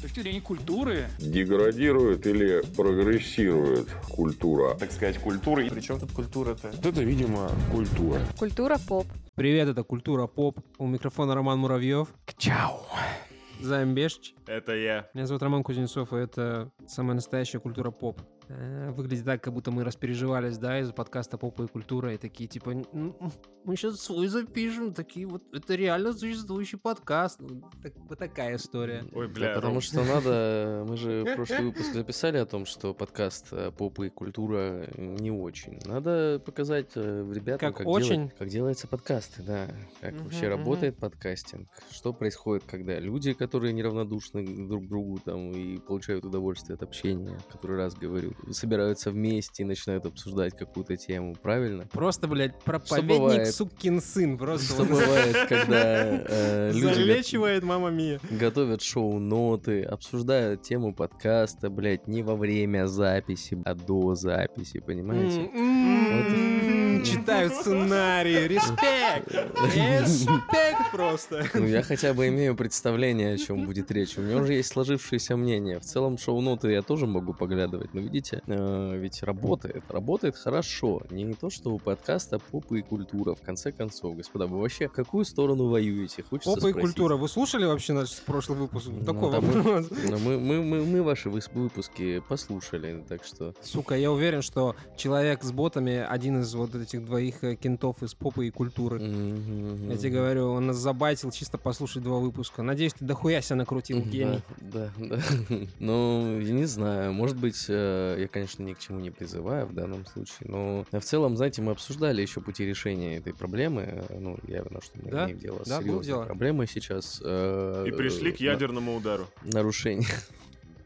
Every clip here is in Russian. точки зрения культуры. Деградирует или прогрессирует культура? так сказать, культуры. Причем тут культура-то? Это, видимо, культура. Культура поп. Привет, это Культура Поп. У микрофона Роман Муравьев. Чау. Замбешч. Это я. Меня зовут Роман Кузнецов, и это самая настоящая культура поп. Э, Выглядит так, как будто мы распереживались, да, из-за подкаста «Попа и культура», и такие, типа, «Ну, мы сейчас свой запишем, такие вот, это реально существующий подкаст. Ну, так- вот такая история. Ой, Да, бля. потому что надо, э, мы же прошлый выпуск записали о том, что подкаст э, «Попы и культура» не очень. Надо показать э, ребятам, Как как, очень? делать- как делаются подкасты, да, как Мгм, вообще мгм. работает подкастинг, что происходит, когда люди, которые неравнодушны друг к другу там и получают удовольствие от общения, который раз говорю, собираются вместе и начинают обсуждать какую-то тему, правильно? Просто, блядь, проповедник бывает? сукин сын, просто Что вот бывает, когда э, люди залечивает мама мия. Готовят шоу-ноты, обсуждают тему подкаста, блядь, не во время записи, а до записи, понимаете? М, м, Читают сценарии. Респект! Респект просто! Ну, я хотя бы имею представление, о чем будет речь. У меня уже есть сложившееся мнение. В целом, шоу-ноты я тоже могу поглядывать, но видите, э, ведь работает. Работает хорошо. Не то, что у подкаста попы и культура, в конце концов. Господа, вы вообще в какую сторону воюете? Хочется Опа и спросить. культура. Вы слушали вообще наш прошлый выпуск? Ну, Такой да, вопрос. Но Ну, мы, мы, мы, мы ваши выс- выпуски послушали, так что Сука, я уверен, что человек с ботами один из вот этих двоих э, кентов из попы и культуры. Мгм. Я тебе говорю, он нас забайтил чисто послушать два выпуска. Надеюсь, ты дохуя себя накрутил, Мгм, гений. Да, да, да. Ну, я не знаю, может быть, э, я, конечно, ни к чему не призываю в данном случае, но э, в целом, знаете, мы обсуждали еще пути решения этой проблемы. э, Ну, явно, что мы Да, имеем дело с да, было серьезной дело. проблемой сейчас. э, И пришли к на- ядерному удару. нарушение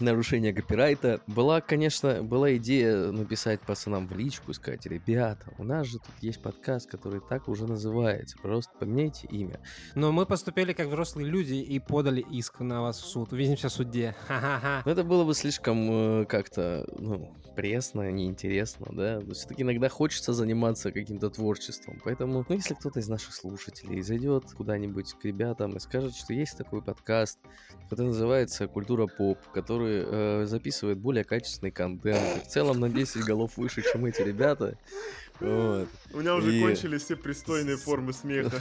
нарушение копирайта. Была, конечно, была идея написать пацанам в личку, сказать, ребята, у нас же тут есть подкаст, который так уже называется, просто поменяйте имя. Но мы поступили как взрослые люди и подали иск на вас в суд. Увидимся в суде. Ха-ха-ха. Ну, это было бы слишком э, как-то, ну, пресно, неинтересно, да. Все-таки иногда хочется заниматься каким-то творчеством. Поэтому, ну, если кто-то из наших слушателей зайдет куда-нибудь к ребятам и скажет, что есть такой подкаст, который называется «Культура поп», который э, записывает более качественный контент, и в целом на 10 голов выше, чем эти ребята, вот, У меня уже И- кончились все пристойные формы смеха.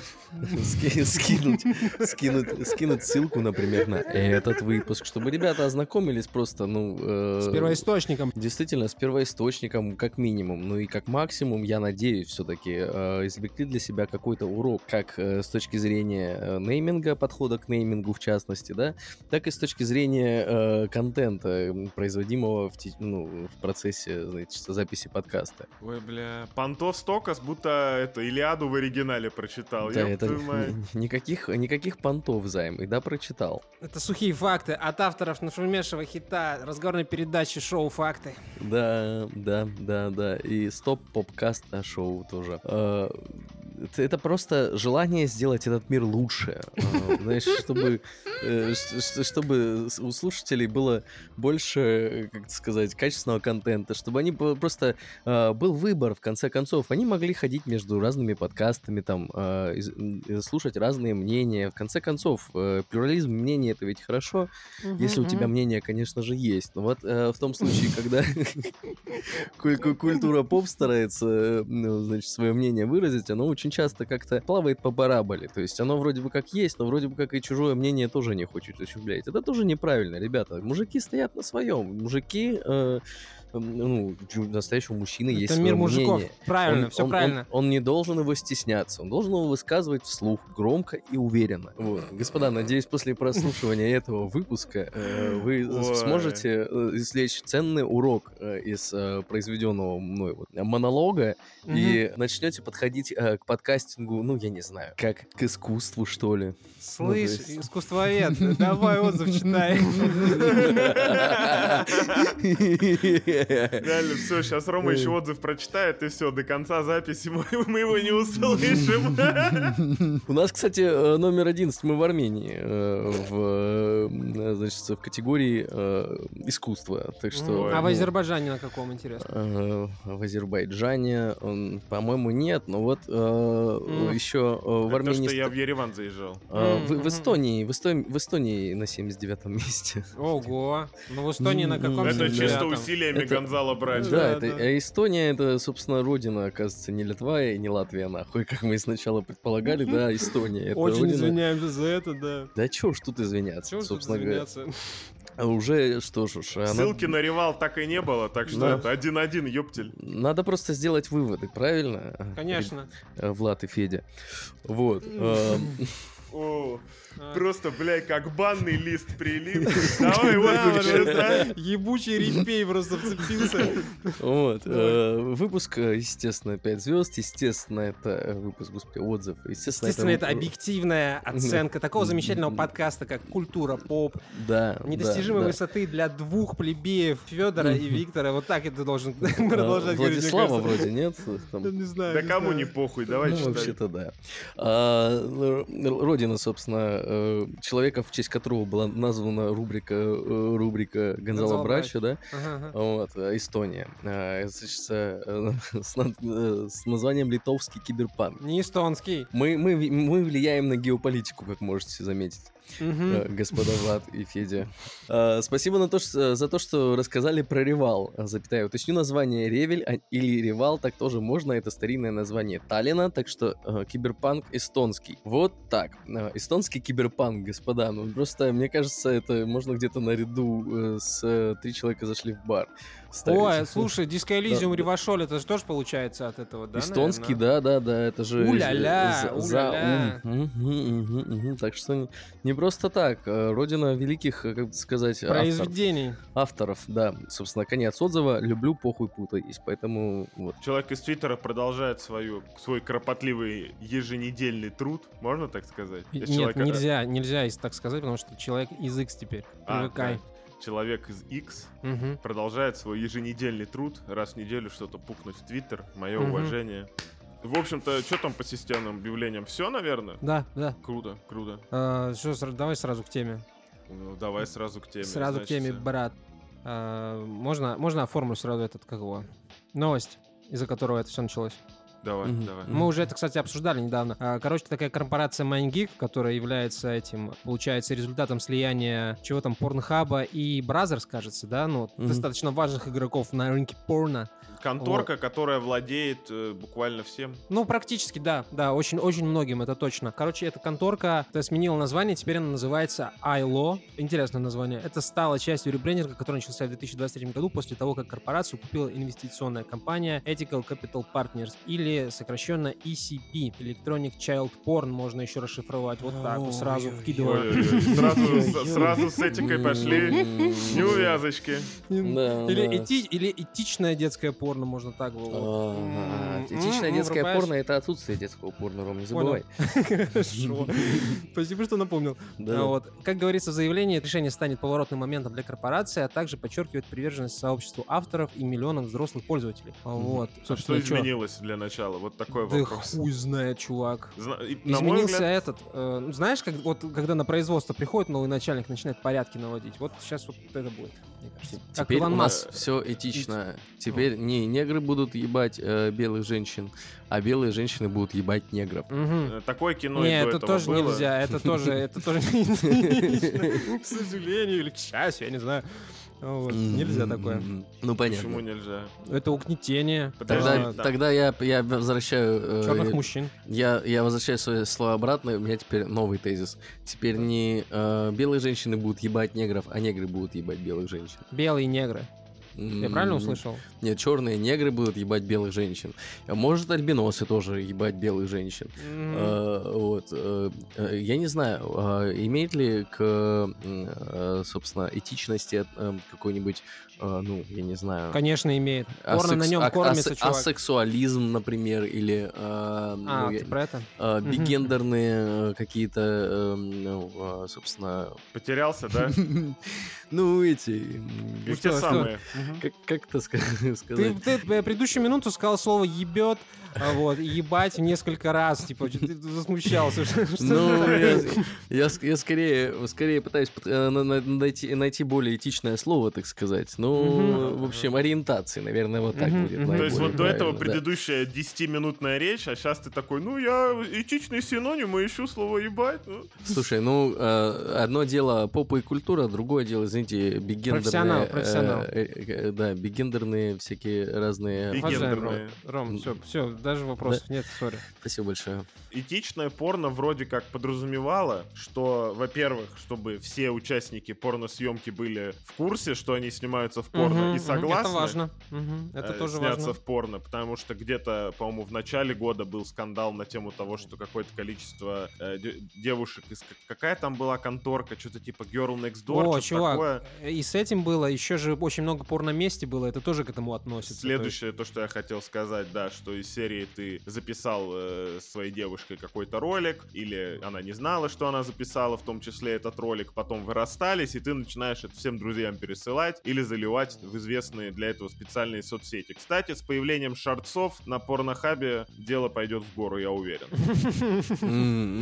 Ски- скинуть, скинуть, скинуть ссылку, например, на этот выпуск, чтобы ребята ознакомились просто, ну... э, С первоисточником. Действительно, с первоисточником как минимум, ну и как максимум, я надеюсь, все-таки извлекли для себя какой-то урок, как э, с точки зрения э, нейминга, подхода к неймингу в частности, да, так и с точки зрения э, контента, м, производимого в, те- ну, в процессе, значит, записи подкаста. Ой, бля. Пантов Э, Стокас будто это Илиаду в оригинале прочитал. да, Ёб это твою мать. ни- ни- никаких, никаких понтов займ, и да, прочитал. Это сухие факты от авторов нашумевшего хита разговорной передачи шоу «Факты». Да, да, да, да. И стоп попкаст на шоу тоже. Э, Это это просто желание сделать этот мир лучше. Э, Знаешь, чтобы, э, ш- ш- чтобы с- у слушателей было больше, э, как это сказать, качественного контента, чтобы они по- просто э, был выбор, в конце концов. Они могли ходить между разными подкастами, там, э, из- м, э, слушать разные мнения. В конце концов, э, плюрализм мнений это ведь хорошо. Если у тебя мнение, конечно же, есть. Но вот э, в том случае, когда куль- куль- культура поп старается, э, ну, значит, свое мнение выразить, оно очень часто как-то плавает по параболе. То есть оно вроде бы как есть, но вроде бы как и чужое мнение тоже не хочет ущемлять. Это тоже неправильно, ребята. Мужики стоят на своем. Мужики, э, м, ну, чу- настоящего мужчины Ну, есть Это своё мир мужиков. мнение. Правильно, Он- все он- правильно. Он, он не должен его стесняться, он должен его высказывать вслух, громко и уверенно. Вот. Господа, надеюсь, после прослушивания этого выпуска э, вы Ой. сможете э, извлечь ценный урок э, из э, произведенного мной вот монолога и начнете подходить э, к подкастингу, ну, я не знаю, как к искусству, что ли. Слышь, Ну, то есть- искусствовед, давай отзыв читай. Реально, все, сейчас Рома еще отзыв прочитает, и все, до конца записи мы, мы его не услышим. У нас, кстати, э, номер 11, мы в Армении, э, в э, э, значит, в категории э, искусства. Так что... Ой, А в ну, Азербайджане на каком, интересно? э, В Азербайджане, м, по-моему, нет, но вот М. еще в Это то, Армении... что я в Ереван заезжал. Э, в- Мгм. В Эстонии, в Эстонии, в Эстонии на 79-м месте. Ого. Ну в Эстонии на каком М, Это да, чисто там? усилиями Это- Гонзала брать. Да, Да, это, да. а Эстония это, собственно, родина, оказывается, не Литва и не Латвия, нахуй, как мы и сначала предполагали, да, Эстония. это Очень родина. извиняемся за это, да. Да чего ж тут извиняться, Чего же тут собственно говоря. извиняться? А уже, что ж, уж, она- Ссылки на ревал так и не было, так что Да. это один-один, ёптель. Надо просто сделать выводы, правильно? э, Конечно. э, Влад и Федя. Вот. э, О, А. просто, бля, как банный лист прилип. Давай, вот Да, уже, да? просто Ебучий репей просто вцепился. Вот. э, Выпуск, э, естественно, 5 звезд. Естественно, это э, выпуск, господи, отзыв. Естественно, э, Естественно, это объективная оценка такого М, замечательного м. подкаста, как «Культура поп». Да. да, Недостижимой да. высоты для двух плебеев, Федора и Мгм. Виктора. Вот так и ты должен Э, продолжать говорить. мне Владислава кажется. вроде нет. э, там. Да Не знаю. Да не кому знаю. не похуй, давай Ну, читай. вообще-то да. А, р- родина, собственно, э, человека, в честь которого была названа рубрика, э, рубрика Гонзала Гонзала Брача, да? Ага, ага. Вот, э, Эстония. А, это, значит, э, с, над- э, с названием «Литовский киберпанк». Не эстонский. Мы, мы, ви- мы влияем на геополитику, как можете заметить, Мгм. э, господа Влад и Федя. А, Спасибо на то, что- за то, что рассказали про Ревал, а, запятая. Уточню название Ревель а, или Ревал, так тоже можно. Это старинное название Таллина, так что э, киберпанк эстонский. Вот так. Э, Эстонский киберпанк, господа. Ну, просто, мне кажется, это можно где-то наряду э, с э, «Три человека зашли в бар» Ой, ставить. слушай, Диско Элизиум Да, да. Ревашоль, это же тоже получается от этого, да? Эстонский, наверное? да, да, да, это же э, У-ля-ля, за- за у-ля-ля. ум. Мгм, мгм, мгм. Так что не, не просто так. Э, Родина великих, э, как бы сказать, автор- Произведений. авторов. Да, собственно, конец отзыва. Люблю, похуй, путаюсь. Поэтому вот. Человек из Твиттера продолжает свою, свой кропотливый еженедельный труд, можно так сказать? Я Нет, с человека- нельзя, нельзя если так сказать, потому что человек из X теперь. А, Привыкай. да. Человек из X Мгм. продолжает свой еженедельный труд, раз в неделю что-то пукнуть в Твиттер. Мое Мгм. уважение. В общем-то, что там по системным объявлениям? Все, наверное? Да, да. Круто, круто. А, что, сра- давай сразу к теме. Ну, давай сразу к теме. сразу к значит, теме, э, брат. А, можно, можно оформлю сразу этот, как его, новость из-за которого это все началось. Давай, Мгм. давай. Мы уже это, кстати, обсуждали недавно. А, Короче, такая корпорация MindGeek, которая является этим, получается, результатом слияния чего там, Порнхаба и Бразерс, кажется, да? Ну, Мгм. достаточно важных игроков на рынке порно. Конторка, которая владеет э, буквально всем. Ну, практически, да, да, очень-очень многим, это точно. Короче, эта конторка э, сменила название, теперь она называется ILO. Интересное название. Это стало частью ребрендинга, который начался в 2023 году после того, как корпорацию купила инвестиционная компания Ethical Capital Partners, или сокращенно ECP, Electronic Child Porn, можно еще расшифровать. Вот так вот сразу Ой-ой-ой. вкидываю. Ой-ой-ой, Сразу с- сразу с этикой пошли. М-м-м. Неувязочки. Да, Или, да. эти- или этичное детское порно, можно так было. Ага. М, Этичное М-м-м. м, детское врубаешь? порно это отсутствие детского порно, Ром, не забывай. Понял. А Хорошо. Спасибо, что напомнил. Да. А Вот. Как говорится в заявлении, это решение станет поворотным моментом для корпорации, а также подчеркивает приверженность сообществу авторов и миллионам взрослых пользователей. Вот. А Что Собственно, чё? изменилось для начала? Вот такой Да вопрос. хуй знает, чувак. Зна- и, на мой Изменился взгляд, этот. э, ну, знаешь, как, вот, когда на производство приходит новый начальник, начинает порядки наводить. Вот сейчас вот это будет, мне кажется. Как Теперь у Илон нас Маск. все этично. Теперь не негры будут ебать э, белых женщин, а белые женщины будут ебать негров. Мгм. э, такое кино а- Не, и до это этого тоже было. нельзя, это тоже, это тоже не- к сожалению или к счастью, я не знаю. Вот, Нельзя такое. М-м-м. Ну Почему понятно. нельзя? Это угнетение. Тогда, Подожди, да. тогда я, я возвращаю. э, черных мужчин. я, я возвращаю свои слова обратно. У меня теперь новый тезис. Теперь не э, белые женщины будут ебать негров, а негры будут ебать белых женщин. М-м-м. Белые негры. Я правильно услышал? Нет, черные негры будут ебать белых женщин. А Может, альбиносы тоже ебать белых женщин. Э, Вот. э, э, Я не знаю, а имеет ли к, м, э, собственно, этичности от, эм, какой-нибудь, э, ну, я не знаю... Конечно, имеет. Порно на асекс- нем а- кормится, асе- чувак. асексуализм, например, или э, А, ну, я- ты про это? э, Мгм. бигендерные э, какие-то, эм, ну, э, собственно, Потерялся, да? ну, эти... И м, что, те что? самые. Как, как это ска- сказать? Ты, ты, э, предыдущую минуту сказал слово ебет, а вот, и ебать несколько раз, типа, чё ты засмущался. что- что Ну, ты- я, я ск- я скорее, скорее пытаюсь пот- э, на- на- найти, найти более этичное слово, так сказать. Ну, Мгм. в общем, ориентации, наверное, вот так Мгм, будет. мгм. То есть наиболее вот до этого правильно, да. предыдущая 10-минутная речь, а сейчас ты такой, ну я этичный синоним и ищу слово ебать. ну. Слушай, ну, э, одно дело попа и культура, другое дело, извините, бигендерные... Профессионал, э, профессионал. э, э, Да, бигендерные всякие разные... Биг- Уважаем, Ром. гендерные. Ром, все, все, даже вопросов нет, сори. Спасибо большое. Этичное порно вроде как подразумевало, что, во-первых, чтобы все участники порносъемки были в курсе, что они снимаются в порно Мгм, и мгм, согласны. Это важно. Мгм, Это э, тоже сняться важно. в порно, потому что где-то, по-моему, в начале года был скандал на тему того, что какое-то количество э, де- девушек из как- какая там была конторка, что-то типа Girl Next Door, О, что-то чувак, э, такое. и с этим было, еще же очень много порно месте было, это тоже к этому относится. то есть- Следующее, то, что я хотел сказать, да, что из серии ты записал э, своей девушкой какой-то ролик, или она не знала, что она записала, в том числе этот ролик, потом вы расстались, и ты начинаешь это всем друзьям пересылать или заливать в известные для этого специальные соцсети. Кстати, с появлением шарцов на порнохабе дело пойдет в гору, я уверен. М, м, м,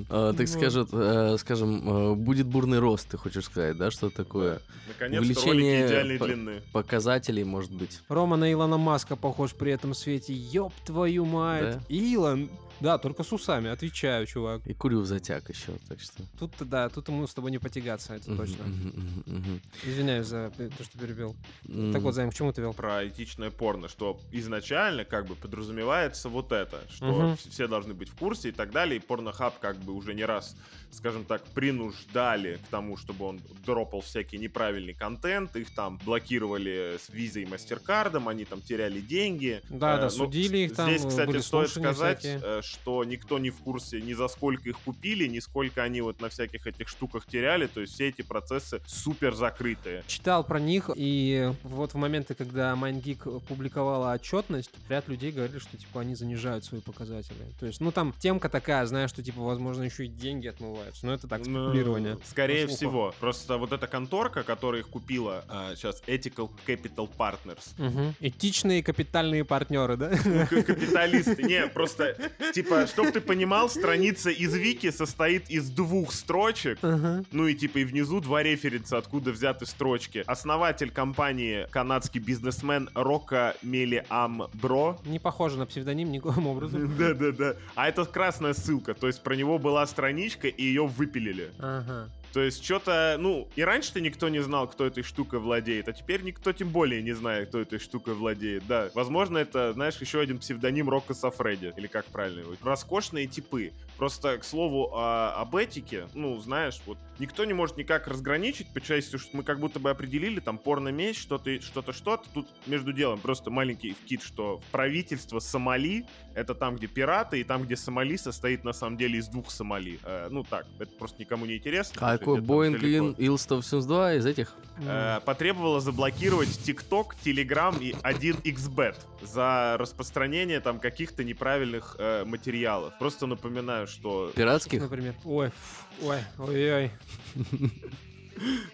м. Э, Вот. Так скажет, э, скажем, э, будет бурный рост, ты хочешь сказать, да, что такое? Наконец-то Увеличение ролики идеальной по- длины. Показателей, может быть. Рома на Илона Маска похож при этом свете. Ёб твою мать. Да? Илон. Да, только с усами, отвечаю, чувак. И курю в затяг еще, так что... Тут-то да, тут ему с тобой не потягаться, это Мгм, точно. мгм, мгм, Извиняюсь за пе- то, что перебил. мгм. Так вот, Займ, к чему ты вел? про этичное порно, что изначально как бы подразумевается вот это, что Мгм. вс- все должны быть в курсе и так далее, и порнохаб как бы уже не раз, скажем так, принуждали к тому, чтобы он дропал всякий неправильный контент, их там блокировали с визой и мастер-кардом, они там теряли деньги. Да-да, ну, судили их там, Здесь, э, кстати, были стоит слушания сказать, всякие. э, что никто не в курсе ни за сколько их купили, ни сколько они вот на всяких этих штуках теряли, то есть все эти процессы супер закрытые. Читал про них, и вот в моменты, когда MindGeek публиковала отчетность, ряд людей говорили, что, типа, они занижают свои показатели. То есть, ну, там темка такая, знаешь, что, типа, возможно, еще и деньги отмываются. Но это так, Ну, спекулирование. Скорее По слухам. всего. Просто вот эта конторка, которая их купила а, сейчас, Ethical Capital Partners. Мгм. Этичные капитальные партнеры, да? Ну, к- Капиталисты. Не, просто, типа, чтоб ты понимал, страница из Вики состоит из двух строчек. Ага. Ну и типа и внизу два референса, откуда взяты строчки. Основатель компании канадский бизнесмен Рока Мелиам Бро Не похоже на псевдоним никаким образом. Да-да-да. А это красная ссылка, то есть про него была страничка, и ее выпилили. Ага. То есть что-то, ну, и раньше-то никто не знал, кто этой штукой владеет, а теперь никто тем более не знает, кто этой штукой владеет, да. Возможно, это, знаешь, еще один псевдоним Рокко Сафреди, или как правильно его. Роскошные типы. Просто, к слову, а, об этике, ну, знаешь, вот никто не может никак разграничить, по части, что мы как будто бы определили, там, порно-месть, что-то, что-то, что-то. Тут между делом просто маленький вкид, что правительство Сомали это там, где пираты, и там, где Сомали состоит на самом деле из двух Сомали. Э, ну так, это просто никому не интересно. потому А что какой где-то там Боинг далеко. Ил-182 из этих? Э, потребовала заблокировать TikTok, Telegram и 1xbet за распространение там каких-то неправильных э, материалов. Просто напоминаю, что... Пиратских? Например. Ой, фу, ой, ой-ой.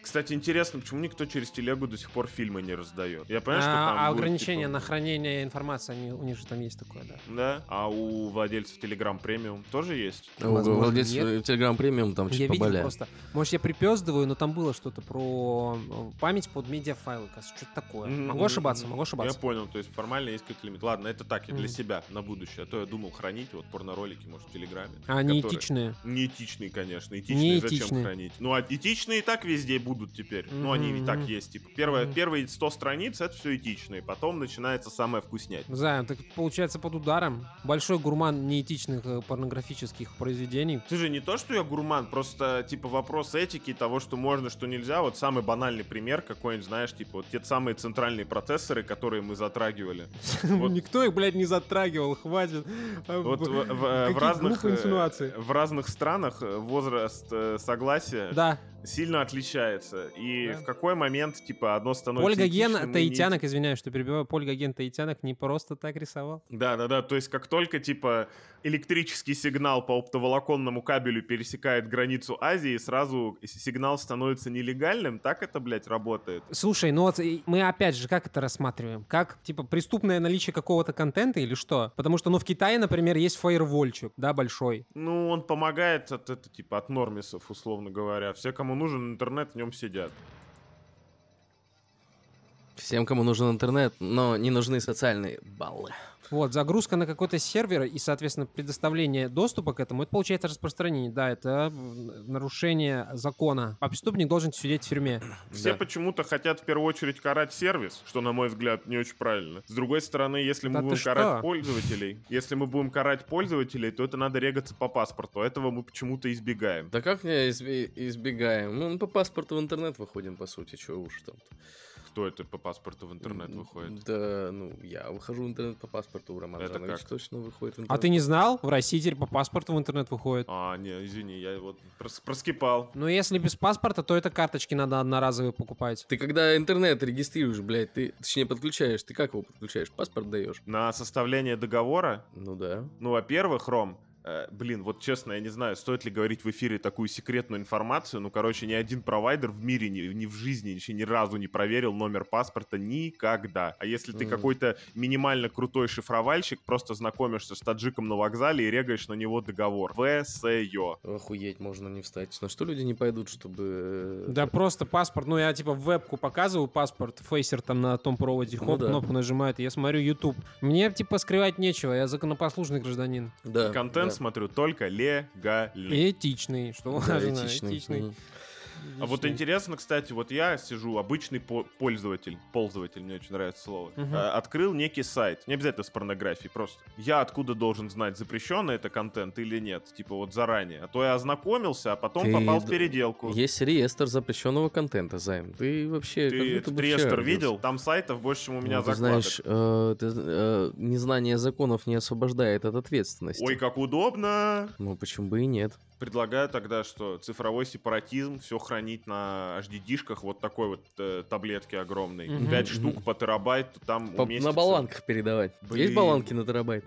Кстати, интересно, почему никто через телегу до сих пор фильмы не раздает? Я понимаю, что там А а будет, ограничения типа, на хранение информации, они- у них же там есть такое, да. Да, а у владельцев Telegram премиум тоже есть? У Возможно, владельцев нет. э, Telegram Premium там Я чуть видел поболее. просто. Может, я припездываю, но там было что-то про э, память под медиафайлы, кажется, что-то такое. Мгм, Могу мгм, ошибаться, мгм. могу Я ошибаться. понял, то есть формально есть какой-то лимит. Ладно, это так, я для Мгм. себя, на будущее. А то я думал хранить вот порноролики, может, в Телеграме. А они которые- этичные. Неэтичные, конечно. Этичные зачем Неэтичные. хранить? Ну, а этичные и так везде будут теперь. Ну, они и Мгм, так мгм. есть. Типа, первое, Мгм. первые 100 страниц — это все этичные. Потом начинается самое вкуснять. Займ, так получается под ударом. Большой гурман неэтичных э, порнографических произведений. Ты же не то, что я гурман, просто, типа, вопрос этики, того, что можно, что нельзя. Вот самый банальный пример какой-нибудь, знаешь, типа, вот те самые центральные процессоры, которые мы затрагивали. Вот. Никто их, блядь, не затрагивал, хватит. А, Вот в, э, б- в- в какие разных глупые инсинуации. э, в разных странах э, возраст э, согласия Да, сильно отличается. И Да. в какой момент, типа, одно становится... Ольга Ген этичным и Таитянок, извиняюсь, что перебиваю, Ольга Ген Таитянок не просто так рисовал. Да, да, да. То есть, как только типа электрический сигнал по оптоволоконному кабелю пересекает границу Азии, сразу сигнал становится нелегальным, так это, блядь, работает. Слушай, ну вот и мы опять же как это рассматриваем? Как, типа, преступное наличие какого-то контента или что? Потому что, ну, в Китае, например, есть фаервольчик, да, большой. Ну, он помогает от это, типа, от нормисов, условно говоря. Все, кому нужен интернет, в нем сидят. Всем, кому нужен интернет, но не нужны социальные баллы. Вот, загрузка на какой-то сервер и, соответственно, предоставление доступа к этому, это получается распространение. Да, это м, нарушение закона. А преступник должен сидеть в тюрьме. Все Да. почему-то хотят в первую очередь карать сервис, что, на мой взгляд, не очень правильно. С другой стороны, если мы Да будем ты карать что? пользователей, если мы будем карать пользователей, то это надо регаться по паспорту. а Этого мы почему-то избегаем. Да как не изби- избегаем? Мы по паспорту в интернет выходим, по сути, чего уж там. Кто это по паспорту в интернет выходит? Да, ну, я выхожу в интернет по паспорту, Роман Это Жанович как? точно выходит в интернет. А ты не знал? В России теперь по паспорту в интернет выходит. А, не, извини, я вот прос- проскипал. Но если без паспорта, то это карточки надо одноразовые покупать. Ты когда интернет регистрируешь, блядь, ты, точнее, подключаешь, ты как его подключаешь? Паспорт даешь? На составление договора, Ну да. ну, во-первых, Ром, э, блин, вот честно, я не знаю, стоит ли говорить в эфире такую секретную информацию, ну, короче, ни один провайдер в мире, ни, ни в жизни еще ни разу не проверил номер паспорта никогда. А если ты Мгм. какой-то минимально крутой шифровальщик, просто знакомишься с таджиком на вокзале и регаешь на него договор. ВСЕ. Охуеть, можно не встать. На что люди не пойдут, чтобы... э, Да просто паспорт. Ну, я типа в вебку показываю паспорт, фейсер там на том проводе, Ну хоп, да. кнопку нажимает, и я смотрю YouTube. Мне типа скрывать нечего, я законопослушный гражданин. да, Контент да. смотрю только легальный. И этичный, что Да, важно, Ну. этичный. Мгм. А вот этичный. интересно, кстати, вот я сижу, обычный по- пользователь, пользователь, мне очень нравится слово, Мгм. э, открыл некий сайт, не обязательно с порнографией, просто. Я откуда должен знать, запрещен это контент или нет, типа вот заранее. А то я ознакомился, а потом Ты попал в д- переделку. Есть реестр запрещенного контента, Займ. Ты вообще... как Ты будто этот бы реестр вчера видел? Там сайтов больше, чем у меня Ну, ты закладок. знаешь, э, ты, э, незнание законов не освобождает от ответственности. Ой, как удобно! Ну, почему бы и нет? Предлагаю тогда, что цифровой сепаратизм, все хранить на HDD-шках, вот такой вот э, таблетки огромной. Мгм. Пять Мгм. штук по терабайту там По- уместится. на баланках передавать. Есть Ну, Блин. баланки на терабайт?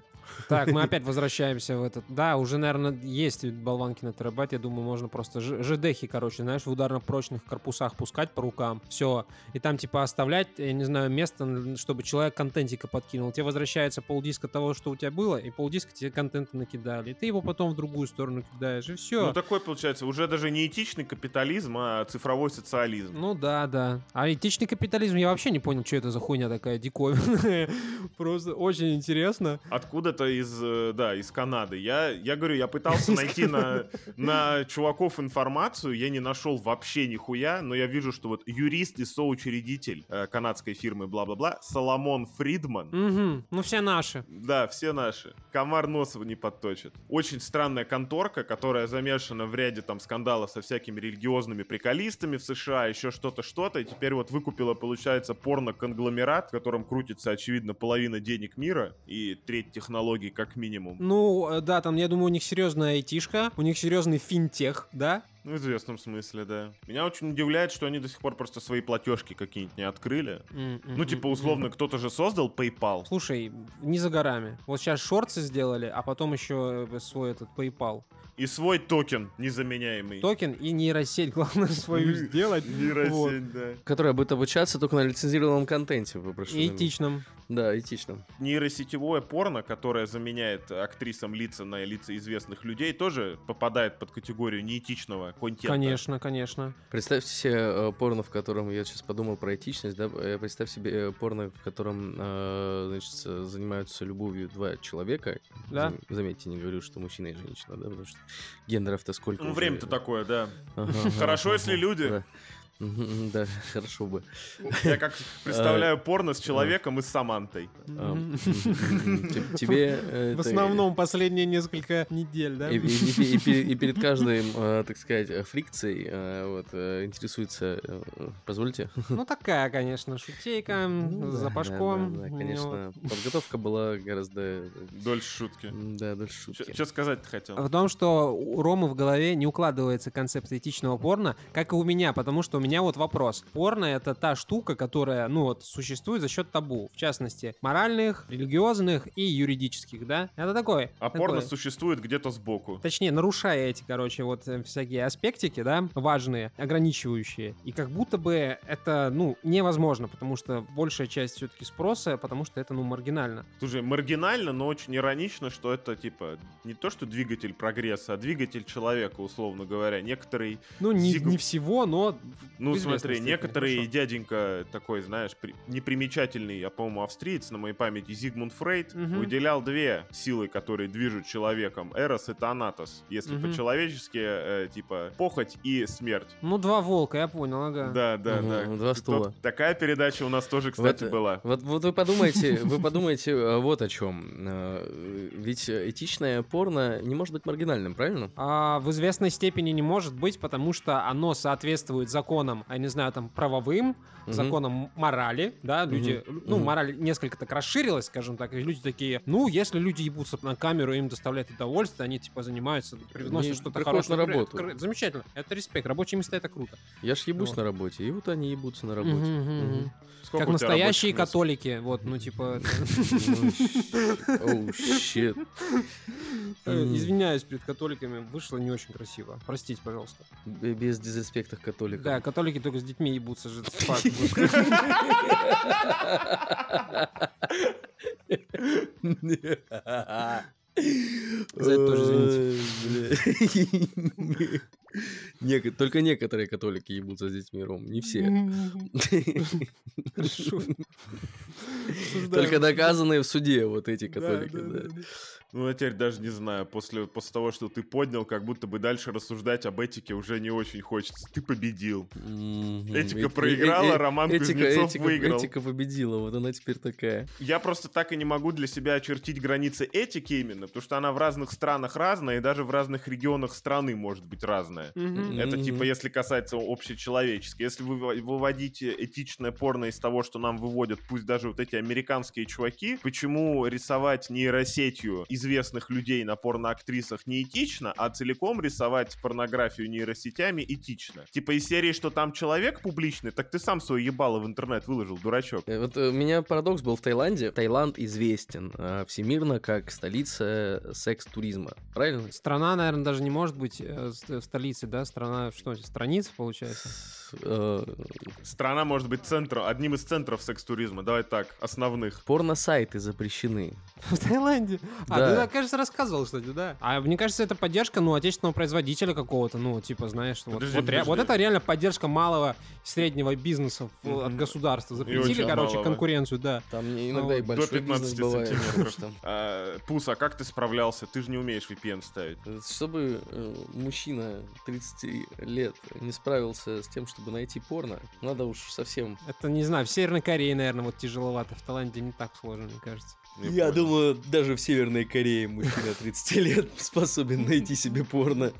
Так, мы опять возвращаемся в этот. Да, уже, наверное, есть болванки на терабайт. Я думаю, можно просто ж- ЖДХи, короче, знаешь, в ударно-прочных корпусах пускать по рукам. Все. И там, типа, оставлять, я не знаю, место, н- чтобы человек контентика подкинул. Тебе возвращается полдиска того, что у тебя было, и полдиска тебе контента накидали. И ты его потом в другую сторону кидаешь, и Ну, все. такой, получается, уже даже не этичный капитализм, а цифровой социализм. Ну да, да. А этичный капитализм, я вообще не понял, что это за хуйня такая диковинная. Просто очень интересно. Откуда-то из, э, да, из Канады. Я, я говорю, я пытался Из найти на, на чуваков информацию, я не нашел вообще нихуя, но я вижу, что вот юрист и соучредитель э, канадской фирмы бла-бла-бла, Соломон Фридман, Угу. Ну все наши. Да, все наши. Комар Носова не подточит. Очень странная конторка, которая замешана в ряде там скандалов со всякими религиозными приколистами в США, еще что-то, что-то. И теперь вот выкупила, получается, порно-конгломерат, в котором крутится, очевидно, половина денег мира и треть технологий как минимум. Ну, э, да, там, я думаю, у них серьезная айтишка, у них серьезный финтех, да? Ну, в известном смысле, да. Меня очень удивляет, что они до сих пор просто свои платежки какие-нибудь не открыли. Ну, типа, условно, кто-то же создал PayPal. Слушай, не за горами. Вот сейчас шорцы сделали, а потом еще э, свой этот PayPal. И свой токен незаменяемый. Токен и нейросеть, главное, свою сделать. Нейросеть, Вот. да. Которая будет обучаться только на лицензированном контенте, вы прошу И заметить. Этичным. Да, этично. нейросетевое порно, которое заменяет актрисам лица на лица известных людей, тоже попадает под категорию неэтичного типа. контента. Конечно, конечно. Представьте себе э, порно, в котором я сейчас подумал про этичность, да, э, представь себе э, порно, в котором, э, значит, э, занимаются любовью два человека. Да. Зам- Заметьте, не говорю, что мужчина и женщина, да, потому что гендеров-то сколько. Ну, уже? время-то такое, да. Ага, ага, Хорошо, ага, если люди. да. Мгм, Да, хорошо бы. Я как Э, представляю порно с человеком и с Самантой. Эм, Мгм. мгм, те- Тебе... э, В ты- основном последние несколько недель, да? И, и- и пе- и пе- и перед каждой, э, так сказать, э, фрикцией э, вот, э, интересуется, э, э, позвольте. Ну, такая, конечно, шутейка, Ну, да, запашком. да, да, у него. Конечно, подготовка была гораздо... э, Дольше шутки. м, Да, дольше шутки. Что сказать-то хотел? В том, что у Ромы в голове не укладывается концепт этичного порно, как и у меня, потому что у меня вот вопрос. Порно — это та штука, которая, ну вот, существует за счет табу, в частности, моральных, религиозных и юридических, да? Это такое. А такое. порно существует где-то сбоку. Точнее, нарушая эти, короче, вот э, всякие аспектики, да, важные, ограничивающие. И как будто бы это, ну, невозможно, потому что большая часть все-таки спроса, потому что это, ну, маргинально. Слушай, маргинально, но очень иронично, что это, типа, не то, что двигатель прогресса, а двигатель человека, условно говоря. Некоторые, Ну, не, Зигу- не всего, но... ну, в известной смотри, степени, некоторые хорошо. дяденька такой, знаешь, при- непримечательный, я, по-моему, австриец, на моей памяти, Зигмунд Фрейд, Мгм. выделял две силы, которые движут человеком, Эрос и Танатос. Если Мгм. по-человечески, э, типа, похоть и смерть. Ну, два волка, я понял, ага. Да, да, Мгм, да. два Тут стула. Такая передача у нас тоже, кстати, это- была. Вот, вот вы подумайте, вы подумайте э, вот о чем. Ведь э, этичное порно не может быть маргинальным, правильно? А, в известной степени не может быть, потому что оно соответствует законам, я не знаю, там, правовым, Мгм. законам морали, да, люди, ну, Мгм. мораль несколько так расширилась, скажем так, и люди такие, ну, если люди ебутся на камеру, им доставляет удовольствие, они, типа, занимаются, Они привносят что-то приходят хорошее. на Например, работу. это кр- Замечательно, это респект, рабочие места — это круто. Я ж ебусь Вот. на работе, и вот они ебутся на работе. Мгм, мгм, Мгм. мгм. Сколько Как у тебя настоящие рабочих мест? католики, вот, ну, типа, Ну, щ- Оу, щит. э, Мгм. извиняюсь перед католиками, вышло не очень красиво, простите, пожалуйста. Б- Без дизреспекта к католикам. Да, католики только с детьми ебутся же. факт. За это тоже извините. Только некоторые католики ебутся с детьми, Ром, не все. Хорошо. Только Обсуждаем. доказанные в суде вот эти Да, католики. да, да. да, да. Ну, я теперь даже не знаю, после, после того, что ты поднял, как будто бы дальше рассуждать об этике уже не очень хочется. Ты победил. Мгм. Этика Э- э- проиграла, э- Роман этика- Кузнецов этика- выиграл. Этика победила, вот она теперь такая. Я просто так и не могу для себя очертить границы этики именно, потому что она в разных странах разная, и даже в разных регионах страны может быть разная. Мгм. Это Мгм. типа, если касается общечеловечески. Если вы вы- выводите этичное порно из того, что нам выводят, пусть даже вот эти американские чуваки, почему рисовать нейросетью известных людей на порноактрисах не этично, а целиком рисовать порнографию нейросетями этично? Типа из серии, что там человек публичный, так ты сам свое ебало в интернет выложил, дурачок. Э, Вот э, у меня парадокс был в Таиланде. Таиланд известен э, всемирно как столица э, секс-туризма. Правильно? Страна, наверное, даже не может быть э, ст- столицей, да? Страна, что, страниц, получается? С- э, Страна может быть центром, одним из центров секс-туризма, давай так, основных. Порно-сайты запрещены. В Таиланде. А, Да. ты, да, кажется, рассказывал, кстати, да. А мне кажется, это поддержка, ну, отечественного производителя какого-то, ну, типа, знаешь, вот, Подожди, вот ре- подожди. вот это реально поддержка малого и среднего бизнеса в- Мгм. от государства. очень Запретили, короче, малого. конкуренцию, да. Там не- иногда и До большой 15 бизнес бывает. Ну, сантиметров. что- А, Пус, а как ты справлялся? Ты же не умеешь VPN ставить. Чтобы э, мужчина 30 лет не справился с тем, чтобы найти порно, надо уж совсем... Это, не знаю, в Северной Корее, наверное, вот тяжеловато. В Таиланде не так сложно, мне кажется. Не Я понял. думаю, даже в Северной Корее мужчина 30 лет способен найти себе порно.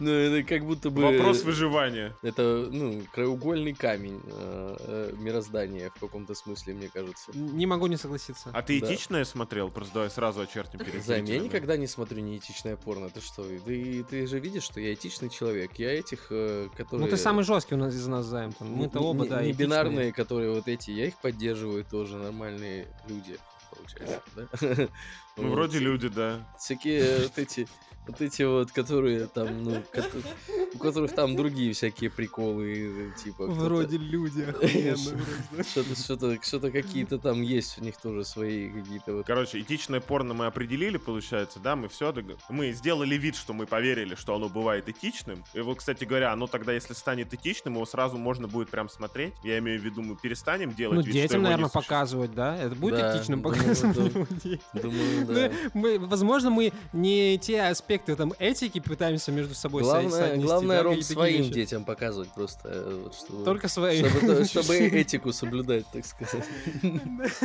Но это как будто бы... Вопрос выживания. Это, ну, краеугольный камень э, э, мироздания в каком-то смысле, мне кажется. Н- Не могу не согласиться. А ты Да. этичное смотрел? Просто давай сразу очертим перед Займ, я зрителями. никогда не смотрю неэтичное порно. Ты что? Ты, ты же видишь, что я этичный человек. Я этих, э, которые... Ну, ты самый жесткий у нас из нас займ. там. Мы-то н- оба, н- да, не этичные. бинарные, которые вот эти, я их поддерживаю тоже, нормальные люди, получается, да? Ну, Вот. вроде люди, да. Всякие э, вот эти, вот эти вот, которые там, ну, кото- у которых там другие всякие приколы, э, типа... кто-то- Вроде люди, охуенно, вроде. Что-то, что-то, что-то какие-то там есть у них тоже свои какие-то вот... Короче, этичное порно мы определили, получается, да, мы все Мы сделали вид, что мы поверили, что оно бывает этичным. И вот, кстати говоря, оно тогда, если станет этичным, его сразу можно будет прям смотреть. Я имею в виду, мы перестанем делать Ну, вид, что детям, его не наверное, существует. показывать, да? Это будет Да, ну, этичным да, Думаю, людей. да. Думаю, Ну, да. мы, возможно, мы не те аспекты там этики пытаемся между собой со- Главное, соотнести, главное да, Ром, какие-то своим вещи. детям показывать просто, э, вот, чтобы, Только своим. чтобы, то- чтобы этику соблюдать, так сказать.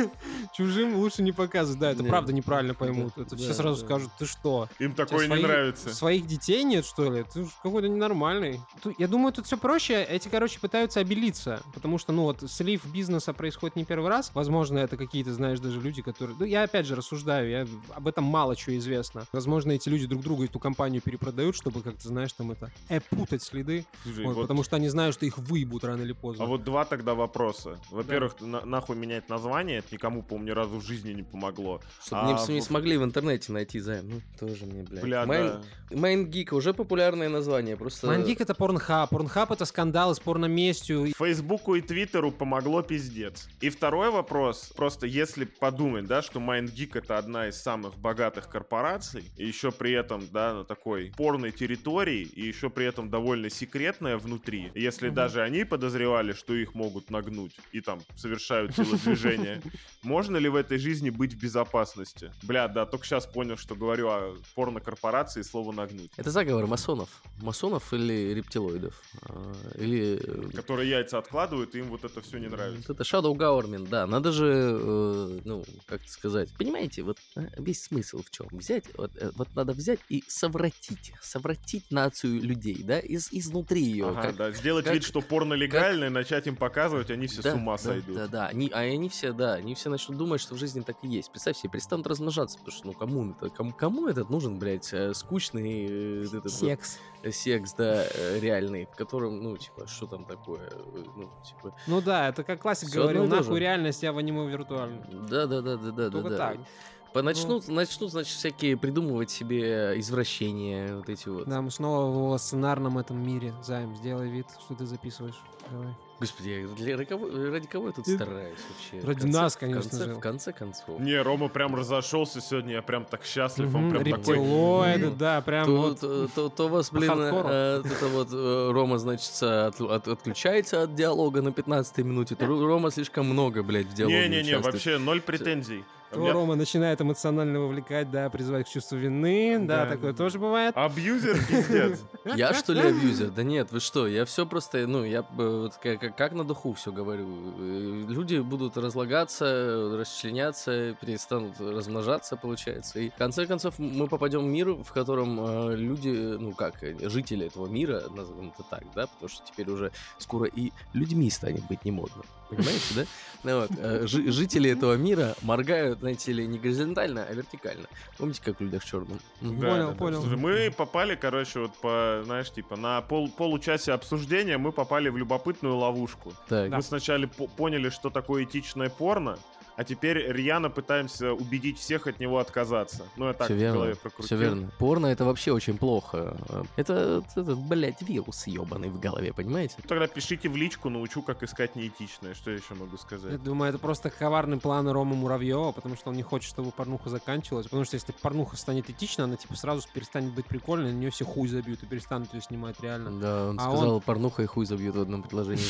Чужим лучше не показывать. Да, это Не. правда неправильно поймут. Это все Да, сразу да. скажут, ты что? Им У тебя такое не свои- нравится. Своих детей нет, что ли? Ты уж какой-то ненормальный. Ту- я думаю, тут все проще. Эти, короче, пытаются обелиться. Потому что, ну вот, слив бизнеса происходит не первый раз. Возможно, это какие-то, знаешь, даже люди, которые... Ну, я опять же рассуждаю, я... об этом мало чего известно. Возможно, эти люди друг другу эту компанию перепродают, чтобы как-то, знаешь, там это... э, путать следы. Слушай, Вот, вот- Потому что они знают, что их выебут рано или поздно. А вот два тогда вопроса. Во-первых, на- нахуй менять название, это никому, по-моему, ни разу в жизни не помогло. Чтобы не- А, не вот- смогли в интернете найти займ. Ну, тоже мне, блядь. Бля, Майн- да. Майнгик уже популярное название, просто... Мангик это порнхаб, порнхаб это скандалы с порноместью. И- Фейсбуку и Твиттеру помогло пиздец. И второй вопрос, просто если подумать, да, что MindGeek это одна из самых богатых корпораций, и еще при этом, да, на такой порной территории, и еще при этом довольно секретная внутри, если даже они подозревали, что их могут нагнуть и там совершают телодвижение, можно ли в этой жизни быть в безопасности? Бля, да, только сейчас понял, что говорю о порнокорпорации и слово нагнуть. Это заговор масонов. Масонов или рептилоидов. А, Или... э, Которые яйца откладывают, и им вот это все не Вот нравится. это Shadow Government, да, надо же, э, ну, как сказать, понимаете, вот а, весь смысл в чем? Взять, вот, э, вот надо взять и совратить, совратить нацию людей, да, из, изнутри ее. Ага, да. Сделать как- вид, что порно легальное, начать им показывать, они все с ума да, сойдут. Да, да, они, а они все, да, они все начнут думать, что в жизни так и есть. Представь себе, перестанут размножаться, потому что, ну, кому это, кому, кому этот нужен, блядь, э, скучный э, этот вот Секс. секс, да, э, реальный, в котором, ну, типа, что там такое, э, ну, типа, Ну да, это как классик Всё говорил, одно и то нахуй же. реальность, я в аниме виртуально. да, да, да, да, да, Только да, так. Ну. По- Начнут, начнут, значит, всякие придумывать себе извращения, вот эти вот. Да, мы снова в сценарном этом мире. Займ, сделай вид, что ты записываешь. Давай. Господи, я для раково- ради кого я тут Э, стараюсь вообще? В ради конце- нас, в конечно конце- же. В конце концов. Не, Рома прям разошелся сегодня, я прям так счастлив, он Мгм, прям такой... рептилоиды, «М, да, прям То, вот. то, то- то вас, блин, э, хардкору. э, вот это вот э, Рома, значит, э, от- от- отключается от диалога на 15 минуте. то Ру- Рома слишком много, блядь, в диалоге Не-не-не, участвует. вообще ноль претензий. то У меня Рома начинает эмоционально вовлекать, да, призывать к чувству вины, да, Да, такое да. тоже бывает. Абьюзер, пиздец. А Я что ли абьюзер? Да нет, вы что? Я все просто, ну, я э, вот как, как- как на духу все говорю. Э, Люди будут разлагаться, э, расчленяться, перестанут размножаться, получается. И в конце концов мы попадем в мир, в котором э, люди, э, ну как, э, жители этого мира, назовем это так, да, потому что теперь уже скоро и людьми станет быть не модно. Понимаете, да? Ну вот, э, жи- жители этого мира моргают, знаете ли, не горизонтально, а вертикально. Помните, как в людях черном? Да, Понял, да, да. понял. Слушай, мы попали, короче, вот по, знаешь, типа, на пол, получаса обсуждения мы попали в любопытную ловушку. Так. Мы сначала по- поняли, что такое этичное порно, а теперь рьяно пытаемся убедить всех от него отказаться. Ну, я так Всё в верно, голове прокрутил. Все верно. Порно это вообще очень плохо. Это, это блядь, вирус ебаный в голове, понимаете? Тогда пишите в личку, научу, как искать неэтичное. Что я еще могу сказать? Я думаю, это просто коварный план Ромы Муравьева, потому что он не хочет, чтобы порнуха заканчивалась. Потому что если порнуха станет этична, она типа сразу перестанет быть прикольной, на нее все хуй забьют и перестанут ее снимать реально. Да, он А сказал, порнуха и хуй забьют в одном предложении,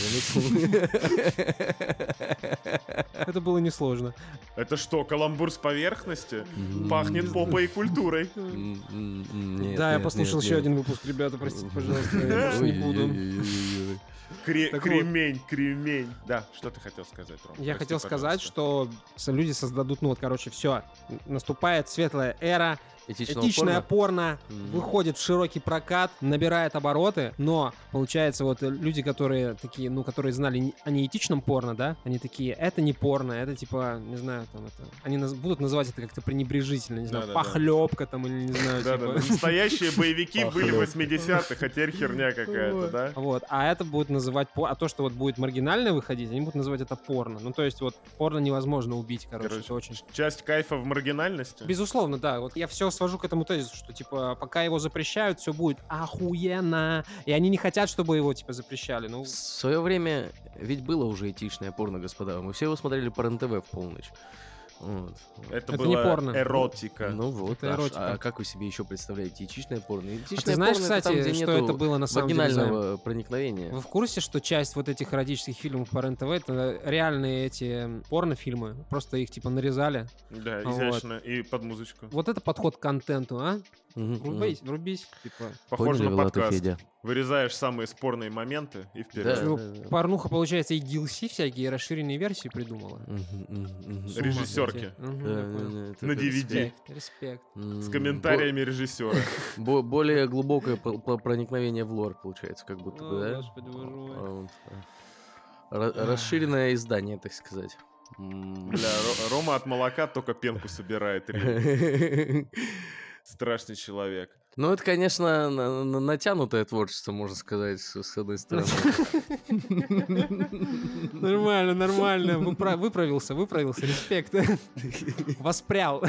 заметил? Это было несложно. Это что, каламбур с поверхности? Пахнет попой и культурой. М, м, м, нет, да, я нет, послушал нет, еще нет. один выпуск, ребята, простите, пожалуйста, я больше не буду. Ой-ой-ой-ой-ой. Кре- Так вот. кремень, кремень. Да, что ты хотел сказать, Ром? Я Прости, хотел сказать, пожалуйста. что с- люди создадут, ну вот, короче, все. Наступает светлая эра, Этичного этичная порно? порно, Мгм. выходит в широкий прокат, набирает обороты, но получается вот э, люди, которые такие, ну, которые знали не- о неэтичном порно, да, они такие, это не порно, это типа, не знаю, там это, они наз- будут называть это как-то пренебрежительно, не знаю, Да-да-да. похлебка там или не знаю, Да-да-да. типа. Настоящие боевики были Похлёбка. 80-х, а теперь херня какая-то, да? Вот, а это будет называть, пор- а то, что вот будет маргинально выходить, они будут называть это порно. Ну, то есть вот порно невозможно убить, короче, Короче, это очень Часть кайфа в маргинальности? Безусловно, да. Вот я все свожу к этому тезису, что типа пока его запрещают, все будет охуенно. И они не хотят, чтобы его типа запрещали. Ну, В свое время ведь было уже этичное порно, господа. Мы все его смотрели по РНТВ в полночь. Вот. Это, Это было не порно. эротика. Ну вот, Это а ш- эротика. а как вы себе еще представляете яичное порно? А Яичное ты знаешь, порно это кстати, там, где что нету это было на самом деле? Займ? вагинального э, проникновения. Вы в курсе, что часть вот этих эротических фильмов по РЕН-ТВ это реальные эти порнофильмы, просто их типа нарезали. Да, Вот. изящно. И под музычку. Вот это подход к контенту, а? Мгм, мгм. Рубись, рубись, типа. Похоже Поняли, на Влад и подкаст. Федя? Вырезаешь самые спорные моменты и вперед. Ну, да, да. Порнуха, получается, и DLC всякие, и расширенные версии придумала. Мгм, мгм, мгм. С ума Режиссерки. сойти. Мгм, Да, я да, понял. да, Э, это На как DVD. сказать, Респект, респект. м, С комментариями режиссера. бо- бо- Более глубокое по- по- проникновение в лор получается, как будто бы, О, да? господи, боже мой. А, вот, а. Ра- Расширенное издание, так сказать. М. Бля, Ро- Рома от молока только пенку собирает. реально. Страшный человек. Ну, это, конечно, на- на- натянутое творчество, можно сказать, с с одной стороны. Нормально, нормально. Выпра- Выправился, выправился. Респект. Воспрял.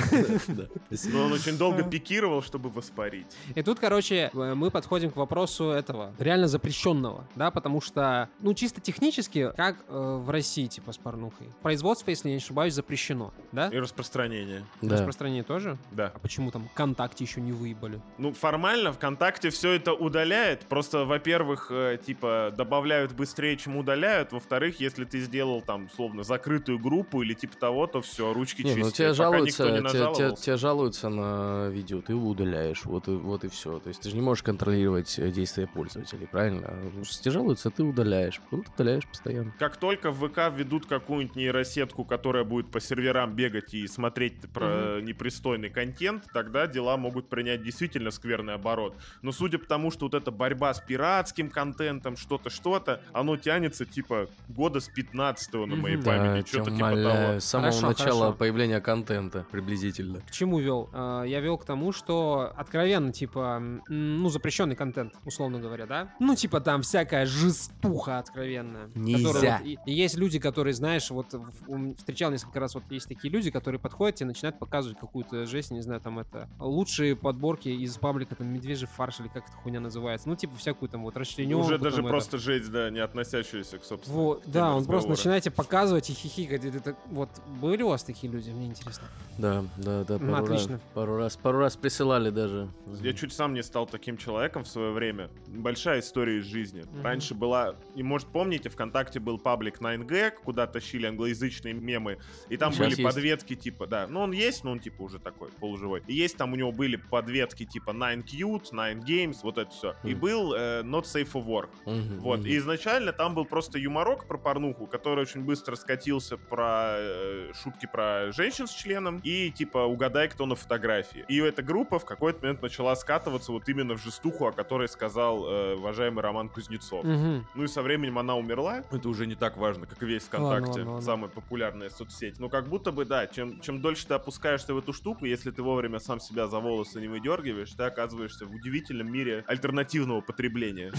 Да. Но он очень долго пикировал, чтобы воспарить. И тут, короче, э, мы подходим к вопросу этого реально запрещенного, да, потому что, ну, чисто технически, как э, в России, типа, с порнухой. Производство, если я не ошибаюсь, запрещено, да? И распространение. Да. Распространение тоже? Да. А почему там ВКонтакте еще не выебали? Ну, формально ВКонтакте все это удаляет. Просто, во-первых, э, типа, добавляют быстрее, чем удаляют. Во-вторых, если ты сделал там, словно, закрытую группу или типа того, то все, ручки Не, чистые. ну тебя Пока жалуются, никто не те- те- нажаловался. тебя жалуются на видео, ты его удаляешь, вот и, вот и все. То есть ты же не можешь контролировать э, действия пользователей, правильно? А потому что Тебе жалуются, ты удаляешь, ну, ты удаляешь постоянно. Как только в ВК введут какую-нибудь нейросетку, которая будет по серверам бегать и смотреть про непристойный контент, тогда дела могут принять действительно скверный оборот. Но судя по тому, что вот эта борьба с пиратским контентом, что-то, что-то, оно тянется типа года с 15-го на моей Мгм. памяти, Да, что-то тебя типа умоляю, того. с самого Хорошо, начала хорошо. появления контента приблизительно. К чему вел? А, Я вел к тому, что откровенно, типа, м, ну, запрещенный контент, условно говоря, да? Ну, типа, там всякая жестуха откровенная. Нельзя. которая вот и- и есть люди, которые, знаешь, вот в- ум- встречал несколько раз, вот есть такие люди, которые подходят и начинают показывать какую-то жесть, не знаю, там это, лучшие подборки из паблика, там, медвежий фарш или как эта хуйня называется. Ну, типа, всякую там вот расчлененку. Уже даже там это. просто жесть, да, не относящаяся к собственно. Вот, к теме да, он просто разговора. начинает тебе показывать и хихикать. и ты так- Вот были у вас такие люди? Мне интересно. Да, да, да, Ну, пару раз, отлично. пару раз, пару раз присылали даже. Я чуть сам не стал таким человеком в свое время. Большая история из жизни. Мгм. Раньше была, и может помните, ВКонтакте был паблик 9gag, куда тащили англоязычные мемы, и там Сейчас были есть. подветки типа, да, ну он есть, но он типа уже такой полуживой. И есть там у него были подветки типа 9cute, 9games, вот это все. И Мгм. был э, Not Safe for Work. Мгм, Вот. мгм. И изначально там был просто юморок про порнуху, который очень быстро скатился про э, шутки про женщин с членом и типа угадай, кто на фотографии. И эта группа в какой-то момент начала скатываться вот именно в жестуху, о которой сказал э, уважаемый Роман Кузнецов. Мгм. Ну и со временем она умерла. Это уже не так важно, как и весь Ладно, ВКонтакте, ладно, ладно. самая популярная соцсеть. Но как будто бы, да, чем, чем дольше ты опускаешься в эту штуку, если ты вовремя сам себя за волосы не выдергиваешь, ты оказываешься в удивительном мире альтернативного потребления.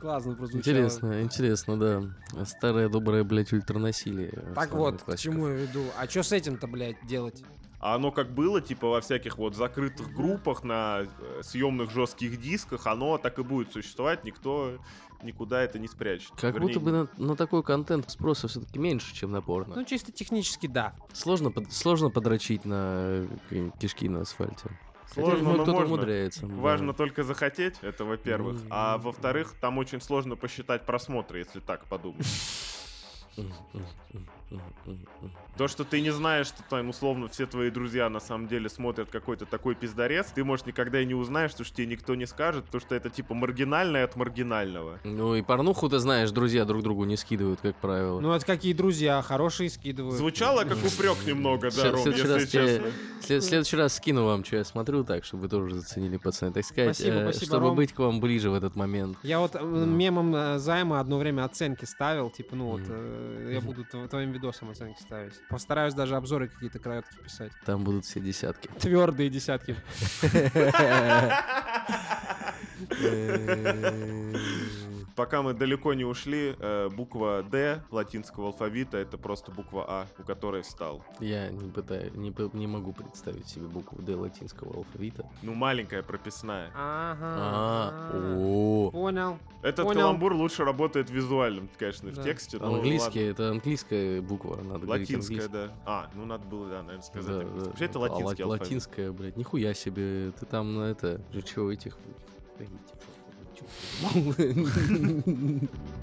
Классно прозвучало. Интересно, интересно, да. Старое доброе, блядь, ультранасилие. э, Так самое вот, к классика. чему я веду. А что с этим-то, блядь, делать? А оно как было, типа, во всяких вот закрытых группах на э, съемных жестких дисках, оно так и будет существовать, никто никуда это не спрячет. Как Вернее, будто бы на, на такой контент спроса все-таки меньше, чем на порно. Ну, чисто технически, да. Сложно, под- сложно подрочить на э, кишки на асфальте. Хотя, сложно, видимо, но кто-то можно. умудряется. да. Важно только захотеть, это во-первых. Ну, А ну, во-вторых, там очень сложно посчитать просмотры, если так подумать. М, м, м, м, м, м. То, что ты не знаешь, что там условно все твои друзья на самом деле смотрят какой-то такой пиздарец, ты, может, никогда и не узнаешь, потому что тебе никто не скажет, потому что это типа маргинальное от маргинального. Ну и порнуху, ты знаешь, друзья друг другу не скидывают, как правило. Ну, это какие друзья, хорошие скидывают. Звучало как упрек немного, да, Всё- Ром, всё если раз честно. тебе- след- в следующий раз скину вам, что я смотрю, так, чтобы вы тоже заценили, пацаны, так сказать, Спасибо, э, спасибо, чтобы Ром. быть к вам ближе в этот момент. Я вот э, мемом э, займа одно время оценки ставил, типа, ну вот, Мгм. э, я буду тво- твоим видосом оценки ставить. Постараюсь даже обзоры какие-то короткие писать. Там будут все десятки. Твердые десятки. Э, Пока мы далеко не ушли, э, буква «Д» латинского алфавита — это просто буква «А», у которой встал. Я не пытаюсь, не, п- не могу представить себе букву Д латинского алфавита. Ну, маленькая прописная. А, Ага. о. Понял. Этот Понял. каламбур лучше работает визуальным, конечно, Да. в тексте. но А Английский, это английская буква, надо ладно. говорить Латинская, английский. да. А, ну надо было, да, наверное, сказать. Да, английский. да. Вообще это А латинский лат- алфавит. Латинская, блядь, нихуя себе. Ты там на это... Чего этих... Поймите, пожалуйста, чё.